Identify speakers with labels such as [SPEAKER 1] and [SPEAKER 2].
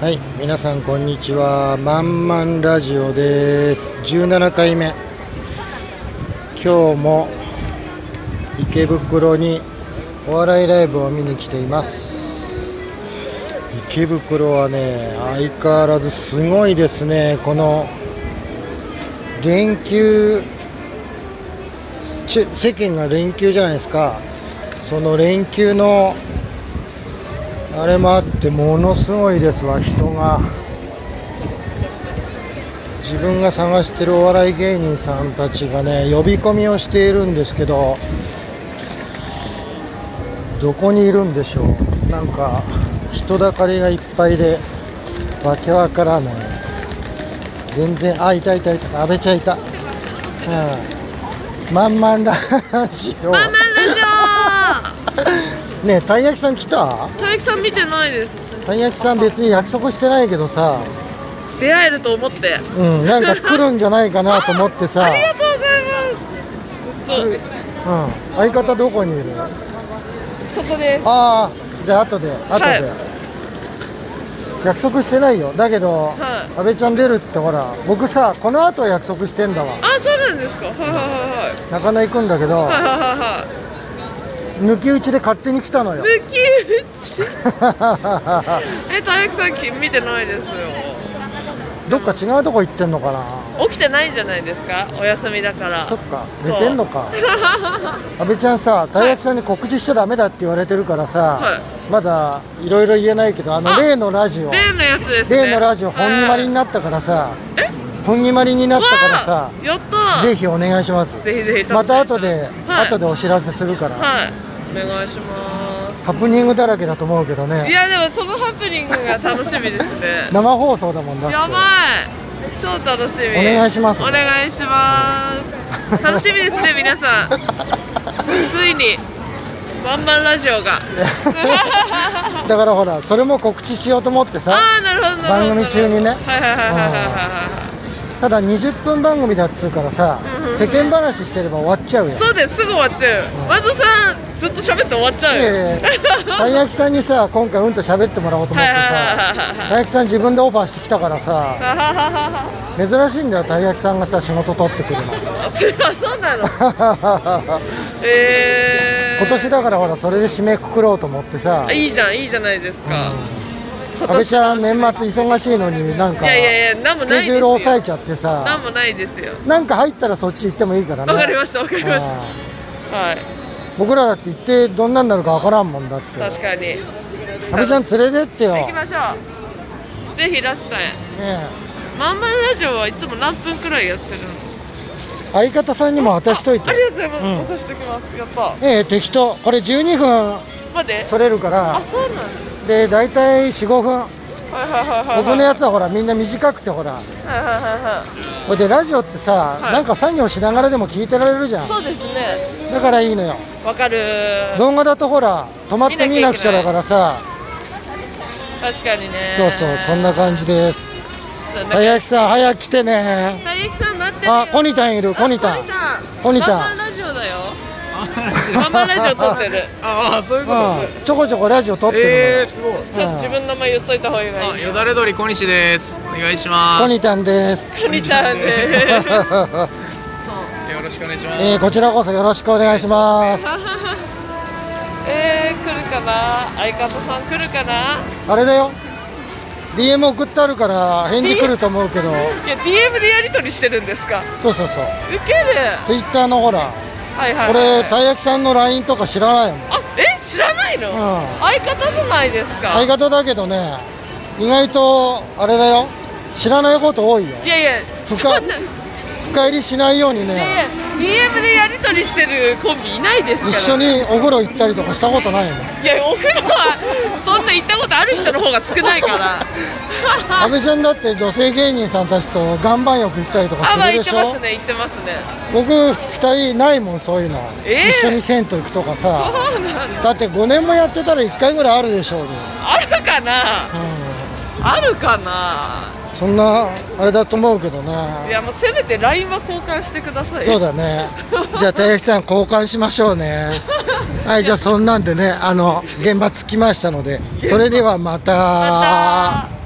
[SPEAKER 1] はい、皆さんこんにちは。まんまんラジオです。17回目。今日も池袋にお笑いライブを見に来ています。池袋はね、相変わらずすごいですね。この連休ち世間が連休じゃないですか。その連休のあれもあってものすごいですわ人が自分が探してるお笑い芸人さんたちがね呼び込みをしているんですけどどこにいるんでしょうなんか人だかりがいっぱいでわけわからない全然あいたいたいた阿部ちゃんいたうんまんまんラジ
[SPEAKER 2] マンマンラ
[SPEAKER 1] オねえたい焼きさん来た
[SPEAKER 2] ジオ体育さん見てないです
[SPEAKER 1] たい焼きさん別に約束してないけどさ
[SPEAKER 2] 出会えると思って
[SPEAKER 1] うん、なんか来るんじゃないかなと思ってさ、う
[SPEAKER 2] ありがとうございますそう、
[SPEAKER 1] ん、相方どこにいるあ
[SPEAKER 2] そこです
[SPEAKER 1] あーじゃあ後で後で、
[SPEAKER 2] はい
[SPEAKER 1] 約束してないよだけど、
[SPEAKER 2] は
[SPEAKER 1] 阿部ちゃん出るってほら僕さこの後は約束してんだわ
[SPEAKER 2] あ、そうなんですかはいはい
[SPEAKER 1] 中野行くんだけど
[SPEAKER 2] はいはいはいはい はい
[SPEAKER 1] 抜き打ちで勝手に来たのよ
[SPEAKER 2] 抜き打ちえ、体育さんき見てないですよ
[SPEAKER 1] どっか違うとこ行ってんのかな
[SPEAKER 2] 起きてないんじゃないですかお休みだから
[SPEAKER 1] そっか寝てんの か阿部ちゃんさ大学さんに告知しちゃダメだって言われてるからさ、
[SPEAKER 2] はい
[SPEAKER 1] まだいろいろ言えないけどあの
[SPEAKER 2] あ
[SPEAKER 1] 例のラジオ
[SPEAKER 2] 例のやつですね
[SPEAKER 1] 例のラジオ本決まりに
[SPEAKER 2] なっ
[SPEAKER 1] なったからさ本決まりになったか
[SPEAKER 2] やった
[SPEAKER 1] らさぜひお願いします
[SPEAKER 2] ぜひぜひ
[SPEAKER 1] また後で、
[SPEAKER 2] はい
[SPEAKER 1] 後でお知らせするから、
[SPEAKER 2] はいお願いします
[SPEAKER 1] ハプニングだらけだと思うけど
[SPEAKER 2] い
[SPEAKER 1] ね
[SPEAKER 2] やでもそのハプニングが楽しみです ね
[SPEAKER 1] 生放送だもんだって
[SPEAKER 2] やばい超楽しみ
[SPEAKER 1] お願いします
[SPEAKER 2] お願いします楽しみですね皆さん ついにワンマンラジオが
[SPEAKER 1] だからほらそれも告知しようと思ってさ
[SPEAKER 2] ああなるほどなるほど
[SPEAKER 1] 番組中にね
[SPEAKER 2] はいはいはいはいはいはい
[SPEAKER 1] ただ20分番組だっつうからさ世間話してれば終わっちゃうよ
[SPEAKER 2] そうですすぐ終わっちゃうワトさんずっと喋って終わっちゃうよ
[SPEAKER 1] でたい焼きさんにさ今回うんと喋ってもらおうと思って
[SPEAKER 2] はいはいはいはい
[SPEAKER 1] さ
[SPEAKER 2] はい
[SPEAKER 1] たい焼きさん自分でオファーしてきたからさ
[SPEAKER 2] あはははは
[SPEAKER 1] 珍しいんだよたい焼きさんがさ仕事取ってくるの
[SPEAKER 2] あすいませんそう なのえー
[SPEAKER 1] 今年だからほらそれで締めくくろうと思ってさ
[SPEAKER 2] あいいじゃんいいじゃないですか今
[SPEAKER 1] 阿部ちゃん
[SPEAKER 2] の
[SPEAKER 1] 年末忙しいのになんか
[SPEAKER 2] いやいやいやなんも
[SPEAKER 1] ス
[SPEAKER 2] ない
[SPEAKER 1] ケ
[SPEAKER 2] ですよ
[SPEAKER 1] ジュール抑えちゃって
[SPEAKER 2] なん
[SPEAKER 1] さ
[SPEAKER 2] もないですよ
[SPEAKER 1] なんか入ったらそっち行ってもいいからね
[SPEAKER 2] わかりましたわかりまし
[SPEAKER 1] あ
[SPEAKER 2] たはい
[SPEAKER 1] あ僕らだって行ってどんなんなるかわからんもんだって
[SPEAKER 2] 確かに
[SPEAKER 1] 阿部ちゃん連れてってよ、
[SPEAKER 2] 行き
[SPEAKER 1] ね
[SPEAKER 2] ましょうぜひラストへ
[SPEAKER 1] え、
[SPEAKER 2] まんまるラジオはいつも何分くらいやってるの
[SPEAKER 1] 相方さんにも渡しとい
[SPEAKER 2] あ
[SPEAKER 1] て
[SPEAKER 2] りがとうございます、渡しておきますやった
[SPEAKER 1] ええ適当これ12分
[SPEAKER 2] 待って
[SPEAKER 1] 取れるか
[SPEAKER 2] あ
[SPEAKER 1] ら
[SPEAKER 2] そうなんですね
[SPEAKER 1] で大体45分
[SPEAKER 2] はいはいはいはい
[SPEAKER 1] 僕のやつはほらみんな短くてほら
[SPEAKER 2] はいはいはいはい
[SPEAKER 1] ほいでラジオってさ、
[SPEAKER 2] はい
[SPEAKER 1] なんか作業しながらでも聞いてられるじゃん
[SPEAKER 2] そうですね
[SPEAKER 1] だからいいのよ
[SPEAKER 2] わかる
[SPEAKER 1] 動画だとほら止まって見なくちゃだからさ
[SPEAKER 2] 確かにね
[SPEAKER 1] そうそうそんな感じです
[SPEAKER 2] そうなんか
[SPEAKER 1] 早木さん早く来てね
[SPEAKER 2] たい焼きさん待ってるよ
[SPEAKER 1] あコニタンいるコニタン
[SPEAKER 2] あ
[SPEAKER 1] コ
[SPEAKER 2] コ
[SPEAKER 1] ニ
[SPEAKER 2] ニ
[SPEAKER 1] タ
[SPEAKER 2] タ
[SPEAKER 1] ン
[SPEAKER 2] ンワンマンラジオだよワンマンラジオ撮ってる
[SPEAKER 3] ああそういうこと
[SPEAKER 1] うんちょこちょこラジオ撮ってるの
[SPEAKER 3] え
[SPEAKER 1] よ
[SPEAKER 3] えすごい
[SPEAKER 2] ちょっと自分の名前言っといた方がいい
[SPEAKER 3] あよだれ鳥小西ですお願いしま
[SPEAKER 1] コニタンです
[SPEAKER 2] コニタンです
[SPEAKER 3] すよろしくお願いします
[SPEAKER 1] えーこちらこそよろしくお願いします
[SPEAKER 2] えー、来るかな相方さん来るかな
[SPEAKER 1] あれだよ DM 送ってあるから返事来ると思うけど
[SPEAKER 2] いや DM でやり取りしてるんですか
[SPEAKER 1] そうそうそう
[SPEAKER 2] ウケる
[SPEAKER 1] Twitter のほら
[SPEAKER 2] はいはい、はい、
[SPEAKER 1] 俺たい焼きさんの LINE とか知らないもん
[SPEAKER 2] あえ知らないの、
[SPEAKER 1] ん
[SPEAKER 2] 相方じゃないですか、
[SPEAKER 1] 相方だけどね意外とあれだよ知らないこと多いよ
[SPEAKER 2] い、やいや
[SPEAKER 1] 深
[SPEAKER 2] そ
[SPEAKER 1] い
[SPEAKER 2] んなで
[SPEAKER 1] 深入りしないようにね
[SPEAKER 2] DM でやり取りしてるコンビいないですから
[SPEAKER 1] 一緒にお風呂行ったりとかしたことないもん
[SPEAKER 2] いやお風呂はそんな行ったことある人の方が少ないから
[SPEAKER 1] 阿部ちゃんだって女性芸人さんたちと岩盤浴行ったりとか
[SPEAKER 2] あ
[SPEAKER 1] す
[SPEAKER 2] まあ
[SPEAKER 1] るで
[SPEAKER 2] 行っ
[SPEAKER 1] して
[SPEAKER 2] ま
[SPEAKER 1] ょ
[SPEAKER 2] すね行ってますね
[SPEAKER 1] 僕2人ないもんそういうの、
[SPEAKER 2] えー
[SPEAKER 1] 一緒に銭湯行くとかさ
[SPEAKER 2] そうなんだ
[SPEAKER 1] だって5年もやってたら1回ぐらいあるでしょうに、
[SPEAKER 2] あるかなあるかな
[SPEAKER 1] うん、そんなあれだと思うけど
[SPEAKER 2] い
[SPEAKER 1] ね
[SPEAKER 2] やもうせめて LINE は交換してください
[SPEAKER 1] そうだねじゃあたい焼きさん交換しましょう ねはいじゃあそんなんでねあの現場着きましたのでそれではまた
[SPEAKER 2] また